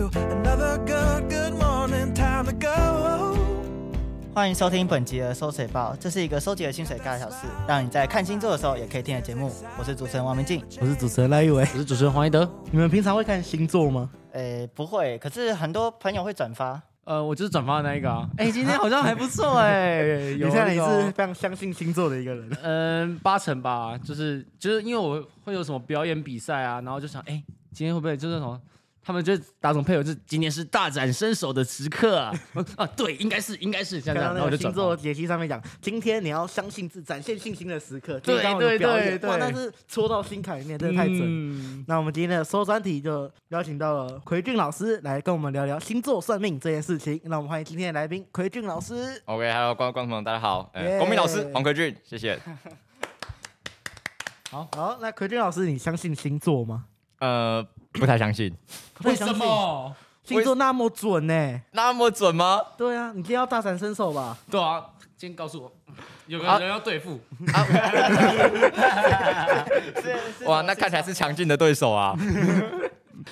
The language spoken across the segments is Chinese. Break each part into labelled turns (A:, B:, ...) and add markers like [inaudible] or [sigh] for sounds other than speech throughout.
A: another good, good morning, time to go.
B: 欢迎收听本集的《收水报》，这是一个收集的薪水大小事，让你在看星座的时候也可以听的节目。我是主持人王明静。
C: 我是主持人赖玉伟。
D: 哎我是主持人黄一德。
C: 你们平常会看星座吗？
B: 诶，不会，可是很多朋友会转发。
D: 呃，我就是转发的那一个啊。哎、今天好像还不错哎、 [laughs] 有
C: 你看
D: 那
C: 你
D: 个
C: 是
D: 哦
C: 非常相信星座的一个人。
D: 嗯八成吧，就是就是因为我会有什么表演比赛啊，然后就想哎、今天会不会就是什么？他们就打什么配合，就是今天是大展身手的时刻啊！ [laughs] 啊，对，应该是应该是像这
C: 刚
D: 样，
C: 刚
D: 然
C: 那
D: 后我
C: 个
D: 就
C: 星
D: 转
C: 座
D: 发。
C: 解析上面讲，今天你要相信自展现信心的时刻，就
D: 对
C: 是当我们
D: 对
C: 表
D: 对
C: 演哇，
D: 对
C: 那是戳到心坎里面，真的太准。
D: 嗯
C: 那我们今天的收专题就邀请到了奎俊老师来跟我们聊聊星座算命这件事情。那我们欢迎今天的来宾奎俊老师。
D: 哦
E: OK，Hello，、观观众朋友，大家好，
C: 耶
E: 呃，公民老师黄奎俊，谢谢。
C: 好，那奎俊老师，你相信星座吗？
E: 呃，不太相信，
C: 为什么？星座那么准呢、
E: [clears throat] 那么准吗？
C: 对啊，你今天要大展身手吧？
D: 对啊，今天告诉我，有个人要对付。
E: 哇，那看起来是强劲的对手啊。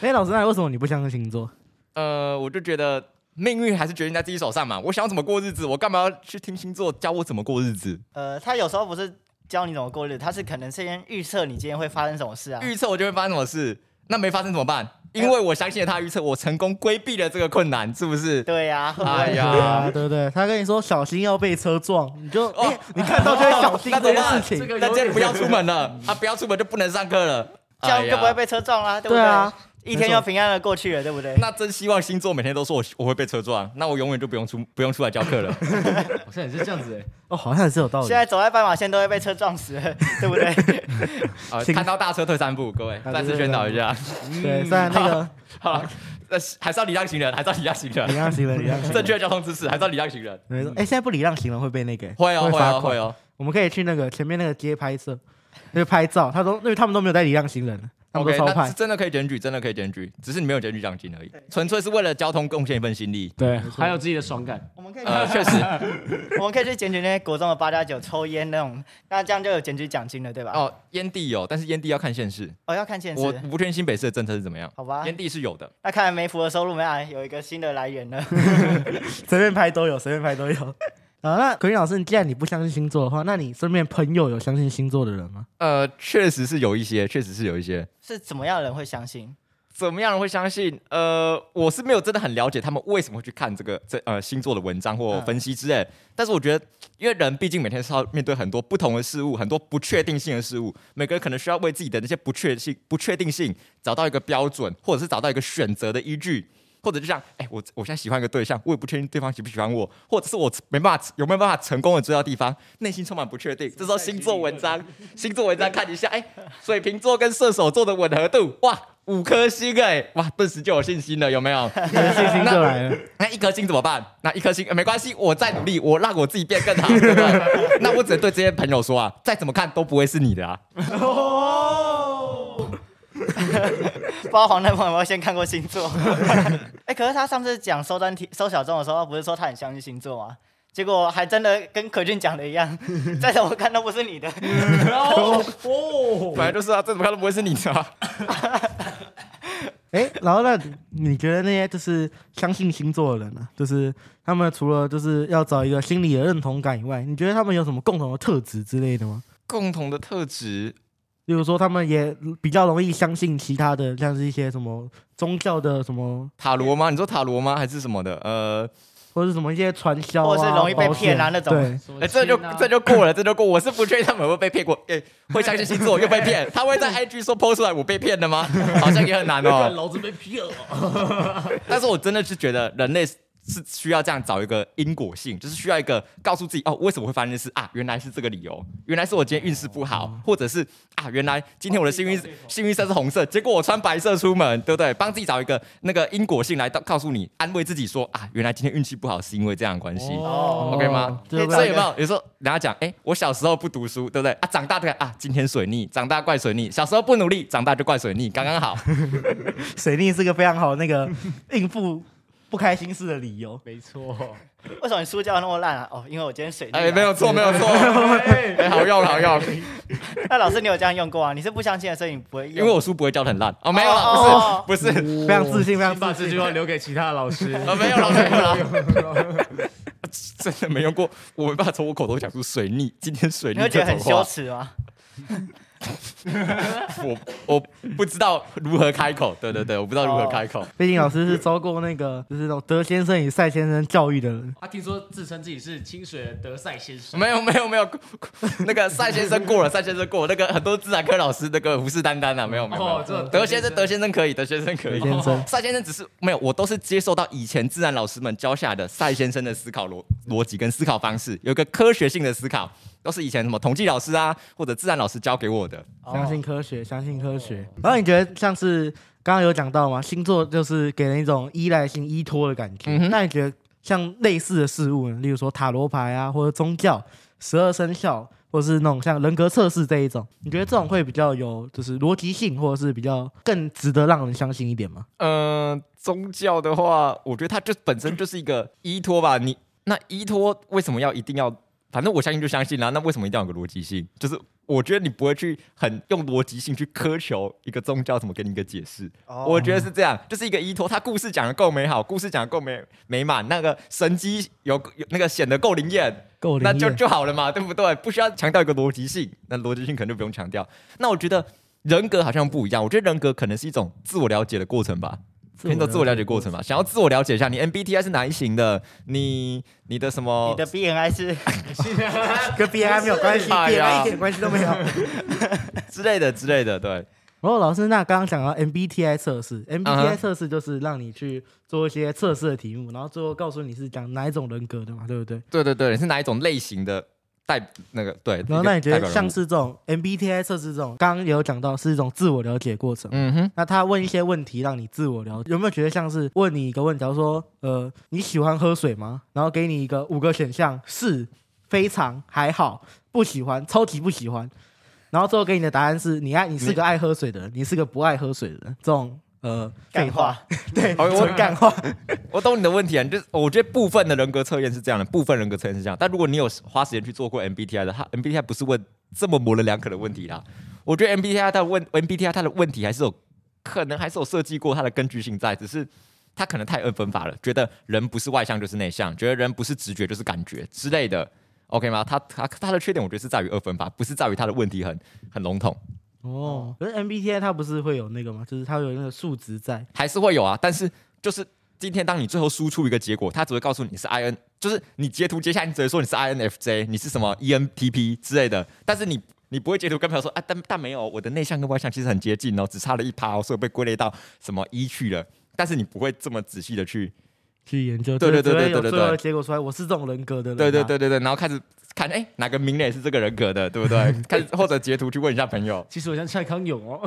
C: 哎、老师，那为什么你不相信星座？
E: 呃，我就觉得命运还是决定在自己手上嘛。我想要怎么过日子，我干嘛要去听星座教我怎么过日子？
B: 呃，他有时候不是教你怎么过日子，他是可能先预测你今天会发生什么事啊。
E: 预测我就会发生什么事，那没发生怎么办？因为我相信了他的预测，我成功规避了这个困难，是不是？
B: 对
E: [laughs]
B: 呀、会不会
E: 哎呀
C: 对啊，对不对？他跟你说小心要被车撞，你就、
E: 哦
C: 哎，你看到就会小心
E: 那
C: 这
E: 怎么
C: 件事
E: 办 [laughs]
C: 情。
D: 这个有
E: 那今天
D: 点
E: 不要出门了，啊，不要出门就不能上课了，
B: [laughs] 这样就不会
E: 哎呀。
B: 被车撞啦，对不
C: 对啊，
B: 一天又平安的过去了，对不对？
E: 那真希望星座每天都说我我会被车撞，那我永远就不用出不用出来教
B: [laughs]
E: 课了。
D: 好像也是这样子哎、
C: 哦，好像也是有道理
B: 现。在走在斑马线都会被车撞死了，对不
E: [laughs]
B: 对？
E: 啊，
C: 请
E: 看到大车退三步，各位
C: 啊
E: 再次宣导一下。
C: 对，虽然那个
E: [laughs] 好了，那还是要礼让行人，还是要礼让行
C: 礼
E: 人，
C: 让行人，礼让行
E: 正 [laughs]
C: 人。
E: 确的交通知识还是要礼让行人。
C: 没错，哎，现在不礼让行人会被那个
E: 会哦，会
C: 罚
E: 哦，
C: 款
E: 会。哦。
C: 我们可以去那个前面那个街拍摄，那个拍照，他都因为他们都没有带礼让行人，他们
E: 哦 OK，
C: 都超
E: 那
C: 派
E: 是。真的可以检举，真的可以检举，只是你没有检举奖金而已，纯粹是为了交通贡献一份心力。
D: 对，还有自己的爽感。
B: 我们可以去
E: 呃， [laughs] 确实，
B: [laughs] 我们可以去检举那些国中的八加九抽烟那种，那这样就有检举奖金了，对吧？哦，哦
E: 哦，烟蒂有，但是烟蒂要看县市。
B: 要看现
E: 我
B: 实，
E: 不确定新北市的政策是怎么样，
B: 好吧？
E: 烟蒂是有的。
B: 那看来梅福的收入没来，有一个新的来源
E: [laughs]
B: 了。
C: 随便拍都有，随便拍都有。啊，那奎云老师，既然你不相信星座的话，那你身边朋友有相信星座的人
E: [laughs]
C: 吗？
E: 呃，确实是有一些，确实是有一些。
B: 是怎么样的人会相信？ [laughs]
E: 怎么样人会相信？呃，我是没有真的很了解他们为什么会去看这个这呃星座的文章或
B: 嗯
E: 分析之类的。但是我觉得，因为人毕竟每天是要面对很多不同的事物，很多不确定性的事物，每个人可能需要为自己的那些不确性、不确定性找到一个标准，或者是找到一个选择的依据。或者就像，哎、我我现在喜欢一个对象，我也不确定对方喜不喜欢我，或者是我没办法有没有办法成功的追到地方，内心充满不确定。这时候星座文章，星座文章看一下，哎、水瓶座跟射手座的吻合度，哇，五颗星哎、哇，顿时就有信心了，有没 [laughs] 有？
C: 信星座来了，
E: 那一颗星怎么办？那一颗星、呃没关系，我再努力，我让我自己变更好，对不对？那我只能对这些朋友说啊，再怎么看都不会是你的啊。
B: 不知道黄男朋友有没有先看过星座？ [laughs] 哎、可是他上次讲收单题、收小众的时候，哦不是说他很相信星座吗？结果还真的跟可俊讲的一
E: [laughs]
B: 样，再怎么看都不是你的。
D: 哦
E: 本来就是啊，再怎么看都不会是你的、啊。
C: 哎、然后那你觉得那些就是相信星座的人呢、就是他们除了就是要找一个心理的认同感以外，你觉得他们有什么共同的特质之类的吗？
E: 共同的特质，
C: 例如说，他们也比较容易相信其他的，像是一些什么宗教的什么，
E: 塔罗吗？你说塔罗吗？还是什么的？呃，
C: 或者是什么一些传销、啊，
B: 或者是容易被
C: 保险
B: 骗啊那种
C: 对，
E: 哎、这就这
D: 就
E: 就过了，这就过。我是不确定他们会被骗过，哎、会相信星座又被骗，他会在 IG 说 PO 出来我被骗了吗？ [laughs] 好像也很难哦。
D: 老子被骗了。
E: [laughs] 但是我真的是觉得人类是需要这样找一个因果性，就是需要一个告诉自己哦，为什么会发生这事啊？原来是这个理由，原来是我今天运势不好，或者是啊，原来今天我的幸运幸运色是红色，结果我穿白色出门，对不对？帮自己找一个那个因果性来到告诉你，安慰自己说啊，原来今天运气不好是因为这样的关系。
B: 哦
E: OK 吗？
C: 对
B: 不
E: 所
B: 然
E: 以有没有？有时候人家讲，哎、我小时候不读书，对不对？啊，长大的啊，今天水逆，长大怪水逆；小时候不努力，长大就怪水逆，刚刚好。
B: [laughs]
C: 水逆是个非常好的那个应付不开心事的理由。
D: 没错，
B: 为什么你书教那么烂啊？哦，因为我今天水逆啊、
E: [laughs] 哎，没有错，没有错， [laughs] 哎，好用，好 [laughs] 用，
B: 那老师你有这样用过啊？你是不相信的，所以你不会用。
E: 因为我书不会教的很烂哦，没有
B: 哦
E: 了，不是，不是，
C: 非常自信，非
D: 想
C: 常
D: 把
C: 自
D: 这
C: 信
D: 句。话留给其他的老师。
E: 啊，没有了，没有了，真的没用过，我没办法从我口头讲出水逆，今天水
B: 你
E: 逆
B: 会觉
E: 这
B: 得
E: 种
B: 很羞
E: 话，
B: 耻吗？
E: 我我不知道如何开口，对对对，我不知道如何开 [laughs] 口，
C: 毕竟老师是遭过那个就是那种德先生与赛先生教育的人，
D: [laughs] 他听说自称自己是清水的德赛先生，
E: 没有没有没有， [laughs] 那个赛先生过了，赛先生过了，那个很多自然科老师那个虎视眈眈啊，没有没有没
D: 哦
E: 有，，
D: 这
E: 德先生德先生可以，德先生可以
C: 德。先生。
E: 哦赛先生只是没有，我都是接受到以前自然老师们教下的赛先生的思考逻逻辑跟思考方式，有一个科学性的思考，都是以前什么统计老师啊或者自然老师教给我的。
C: 相
E: 哦
C: 信科学，相信科学。然后你觉得像是刚刚有讲到嘛，星座就是给人一种依赖性、依托的感觉。
E: 嗯哼
C: 那你觉得像类似的事物呢，例如说塔罗牌啊，或者宗教、十二生肖，或者是那种像人格测试这一种，你觉得这种会比较有就是逻辑性，或者是比较更值得让人相信一点吗？
E: 嗯、宗教的话，我觉得它就本身就是一个依托吧。你那依托为什么要一定要？反正我相信就相信啦、那为什么一定要有个逻辑性？就是我觉得你不会去很用逻辑性去苛求一个宗教怎么给你一个解释。
B: 哦
E: 我觉得是这样，就是一个依托。他故事讲的够美好，故事讲的够美美满，那个神机有有那个显得够灵验，
C: 够灵
E: 那
C: 验。
E: 就就好了嘛，对不对？不需要强调一个逻辑性，那逻辑性可能就不用强调。那我觉得人格好像不一样，我觉得人格可能是一种自我了解的过程吧。偏走自我了解过程嘛，想要自我了解一下，你 MBTI 是哪一型的？你你的什么
B: 哦你？的 BNI 是
C: 跟 BI 没有关系
E: 哎呀
C: ，BI 一点关系都没有。
E: 之类的之类的，对，
C: 然后老师，那刚刚讲到 MBTI 测试
E: 嗯哼
C: ，MBTI 测试就是让你去做一些测试的题目，然后最后告诉你是讲哪一种人格的嘛，对不对？
E: 对对对，你是哪一种类型的代那个对？
C: 然后
E: 一个
C: 那你觉
E: 代
C: 得
E: 表人物
C: 像是这种 MBTI 测试这种，刚刚也有讲到是一种自我了解过程。
E: 嗯哼，
C: 那他问一些问题让你自我了解，有没有觉得像是问你一个问题，假如说呃你喜欢喝水吗？然后给你一个五个选项，是、非常、还好、不喜欢、超级不喜欢，然后最后给你的答案是你爱你是个爱喝水的人，你是个不爱喝水的人，这种呃废
B: 干
E: [laughs]
B: 话，
C: 对， [laughs]
B: [laughs]
E: 哦我
C: 纯干话。
E: 我懂你的问题啊，你就是我觉得部分的人格测验是这样的，部分人格测验是这样，但如果你有花时间去做过 MBTI 的，他 MBTI 不是问这么模棱两可的问题啦。我觉得 MBTI 它问 MBTI 它的问题还是有可能还是有设计过它的根据性在，只是他可能太二分法了，觉得人不是外向就是内向，觉得人不是直觉就是感觉之类的。OK 吗？他他他的缺点，我觉得是在于二分法，不是在于他的问题很很笼统，
C: 哦，可是 MBTI 它不是会有那个吗？就是它会有那个数值在，
E: 还是会有啊。但是就是今天当你最后输出一个结果，他只会告诉你是 IN，就是你截图截下来，你只会说你是 INFJ，你是什么 ENTP 之类的，但是你。你不会截图跟朋友说啊，但但没有，我的内向跟外向其实很接近哦，只差了一趴哦，所以被归类到什么一去了。但是你不会这么仔细的去
C: 去研究，
E: 对对对
C: 就是只
E: 对对
C: 会有
E: 对对
C: 最后的结果出来，我是这种人格的人、啊
E: 对对，对对对，然后开始看，哎，哪个名人也是这个人格的，对不对？开始或者截图去问一下朋友。
D: 其实我像蔡康永 [laughs] 哦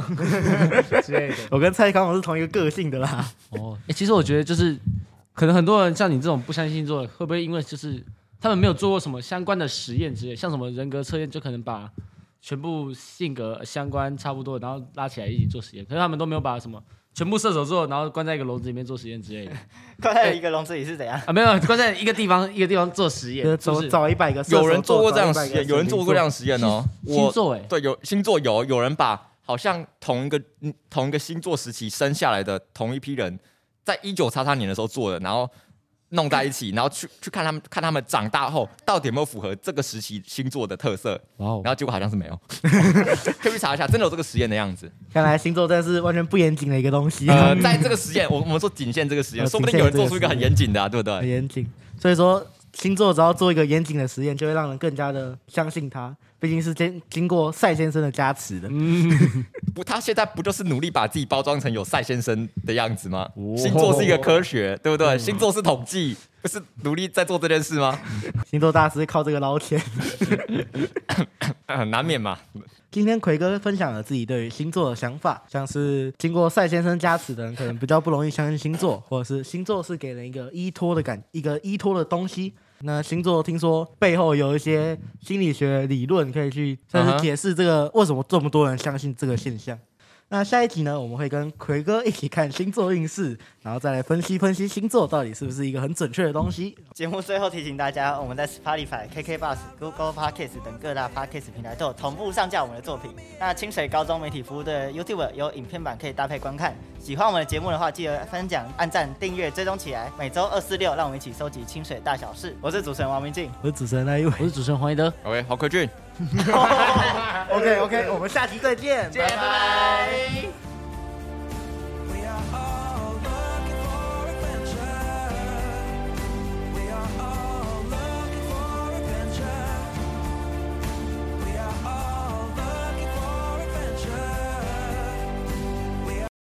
D: 之类的。
C: 我跟蔡康永是同一个个性的啦。
D: 哦，哎、其实我觉得就是，可能很多人像你这种不相信星座的，会不会因为就是他们没有做过什么相关的实验之类，像什么人格测验，就可能把全部性格相关差不多，然后拉起来一起做实验，可是他们都没有把什么。全部射手座，然后关在一个笼子里面做实验之类的
B: 关在一个笼子里是怎样？
D: 啊，没有关在一个地方一个地方做实
C: [laughs]
D: 验
C: 就是，
D: 是不
C: 找
D: 是？
C: 找一百个射手
E: 有人做过这样
C: 找
E: 的
C: 一
E: 实
C: 百个
E: 验，有人做过这样的实验哦。
D: 星
E: 我
D: 座哎，
E: 对有星座有有人把好像同一个嗯同一个星座时期生下来的同一批人，在一九叉叉年的时候做的，然后弄在
C: [laughs]
E: 一起，然后去去看他们看他们长大后到底有没有符合这个时期星座的特色，
D: 哇哦
E: 然，后结果好像是没有。 [laughs] 可以去查一下，真的有这个实验
C: [laughs]
E: 的样子。
C: 看来星座真的是完全不严谨的一个东西， [laughs]
E: 呃，在这个实验，我我们说仅限这个实验，
C: 呃
E: 说不定有人做出一个很
C: 嗯仅限这个实验哎
E: 严谨的、啊，对不
C: 很
E: 对？
C: 严谨。所以说，星座只要做一个严谨的实验，就会让人更加的相信它，毕竟是经经过赛先生的加持的。
E: 嗯不，他现在不就是努力把自己包装成有赛先生的样子吗？
D: 哦
E: 星座是一个科学，对不
C: 嗯
E: 对？星座是统计，不是努力在做这件事吗？
C: 星座大师靠这个捞钱。
E: 呃难免嘛。
C: 今天奎哥分享了自己对于星座的想法，像是经过赛先生加持的人，可能比较不容易相信星座，或者是星座是给人一个依托的感，一个依托的东西。那星座听说背后有一些心理学理论可以去，算
E: 嗯
C: 是
E: 哼
C: 解释这个为什么这么多人相信这个现象。那下一集呢，我们会跟奎哥一起看星座运势，然后再来分析分析星座到底是不是一个很准确的东西。
B: 节目最后提醒大家，我们在 Spotify、KK Bus、Google Podcast 等各大 Podcast 平台都有同步上架我们的作品。那清水高中媒体服务的 YouTube 有影片版可以搭配观看。喜欢我们的节目的话，记得分享、按赞、订阅、追踪起来。每周二、四、六，让我们一起收集清水大小事。我是主持人王明静
C: 我是主持人那一位
D: 我是主持人黄一德。
E: OK，好，柯俊。
C: ，OK OK，我们下期再见，拜拜。
B: 拜拜。